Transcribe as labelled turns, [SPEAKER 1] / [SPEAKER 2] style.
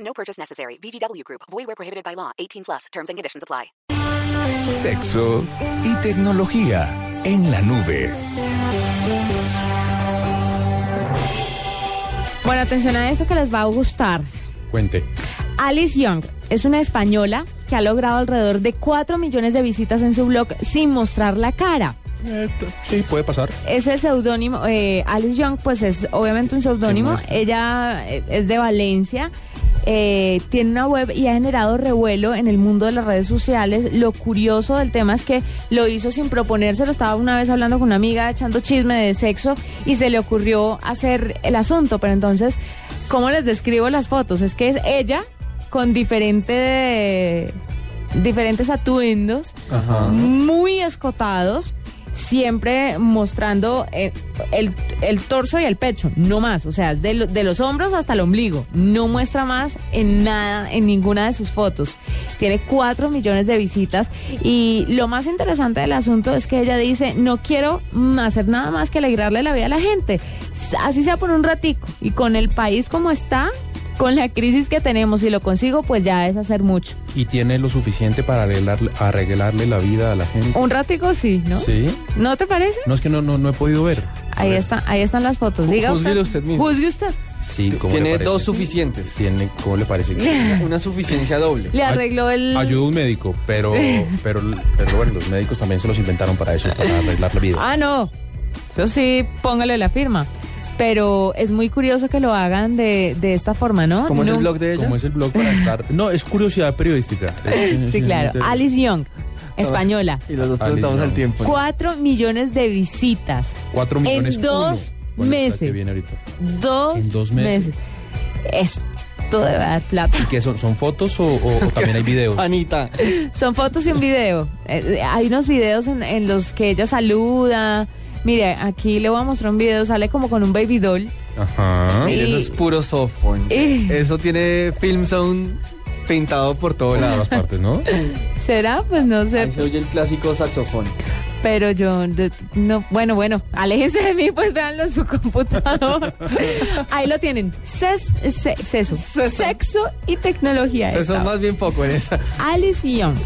[SPEAKER 1] No purchase necessary. VGW Group. Void where prohibited by law. 18 plus. Terms and conditions apply.
[SPEAKER 2] Sexo y tecnología en la nube.
[SPEAKER 3] Bueno, atención a esto que les va a gustar.
[SPEAKER 2] Cuente.
[SPEAKER 3] Alice Young es una española que ha logrado alrededor de 4 millones de visitas en su blog sin mostrar la cara.
[SPEAKER 2] sí, puede pasar.
[SPEAKER 3] Ese seudónimo, eh, Alice Young, pues es obviamente un seudónimo.
[SPEAKER 2] muestra.
[SPEAKER 3] Ella eh, es de Valencia, eh, tiene una web y ha generado revuelo en el mundo de las redes sociales. Lo curioso del tema es que lo hizo sin proponérselo. Estaba una vez hablando con una amiga echando chisme de sexo y se le ocurrió hacer el asunto. Pero entonces, ¿cómo les describo las fotos? Es que es ella con diferente, diferentes atuendos
[SPEAKER 2] Ajá.
[SPEAKER 3] muy escotados, siempre mostrando eh, el, el torso y el pecho, no más, o sea, de, lo- de los hombros hasta el ombligo, no muestra más en nada, en ninguna de sus fotos. Tiene 4 millones de visitas y lo más interesante del asunto es que ella dice, no quiero mm, hacer nada más que alegrarle la vida a la gente, S- así sea por un ratico y con el país como está. Con la crisis que tenemos, si lo consigo, pues ya es hacer mucho.
[SPEAKER 4] y tiene lo suficiente para arreglarle, arreglarle la vida a la gente.
[SPEAKER 3] Un ratico sí, Oh, ¿no?
[SPEAKER 4] Sí.
[SPEAKER 3] ¿No te parece?
[SPEAKER 4] No es que no, no, no he podido ver. A
[SPEAKER 3] Ahí
[SPEAKER 4] ver.
[SPEAKER 3] están, ahí están las fotos. Diga
[SPEAKER 5] Júzguele
[SPEAKER 3] usted.
[SPEAKER 5] usted mismo.
[SPEAKER 3] Juzgue usted.
[SPEAKER 4] Sí, ¿cómo le
[SPEAKER 5] Tiene
[SPEAKER 4] parece?
[SPEAKER 5] dos suficientes.
[SPEAKER 4] Tiene, ¿cómo le parece? que-
[SPEAKER 5] Una suficiencia doble.
[SPEAKER 3] Le arregló el.
[SPEAKER 4] Ayuda a un médico, pero, pero, pero bueno, los médicos también se los inventaron para eso, para arreglar la vida.
[SPEAKER 3] Ah, no. Eso sí, póngale la firma. Pero es muy curioso que lo hagan de, de esta forma, ¿no?
[SPEAKER 5] ¿Cómo es el
[SPEAKER 3] No-
[SPEAKER 5] blog de ella?
[SPEAKER 4] ¿Cómo es el blog para estar? No, es curiosidad periodística.
[SPEAKER 3] Sí, claro. Alice Young, española.
[SPEAKER 5] Y los dos
[SPEAKER 4] Alice
[SPEAKER 5] preguntamos
[SPEAKER 4] Young.
[SPEAKER 5] al tiempo.
[SPEAKER 3] Cuatro millones de visitas.
[SPEAKER 4] Cuatro millones
[SPEAKER 3] en dos
[SPEAKER 4] uno. Bueno, esta que
[SPEAKER 3] meses.
[SPEAKER 4] viene ahorita.
[SPEAKER 3] Dos,
[SPEAKER 4] En dos meses.
[SPEAKER 3] Esto debe dar plata.
[SPEAKER 4] ¿Y qué son? ¿Son fotos o, o- o también hay videos?
[SPEAKER 3] Ah,
[SPEAKER 5] Anita,
[SPEAKER 3] Son fotos y un video. Eh, eh, hay unos videos en, en los que ella saluda. Mire, aquí le voy a mostrar un video. Sale como con un baby doll.
[SPEAKER 4] Ajá.
[SPEAKER 3] Y-
[SPEAKER 5] mire, eso es puro soft porn.
[SPEAKER 3] Eh.
[SPEAKER 5] Eso tiene film sound pintado por todo
[SPEAKER 4] Todas
[SPEAKER 5] lado.
[SPEAKER 4] las partes, ¿no?
[SPEAKER 3] ¿Será? Pues no sé.
[SPEAKER 5] Ahí se oye el clásico saxofón.
[SPEAKER 3] Pero yo no- no, bueno, bueno, aléjense de mí, pues véanlo en su computador. Ahí lo tienen. Ses- se- seso.
[SPEAKER 5] Seso.
[SPEAKER 3] Sexo y tecnología.
[SPEAKER 5] Eso
[SPEAKER 3] Esa.
[SPEAKER 5] más bien poco en esa.
[SPEAKER 3] Alice Young.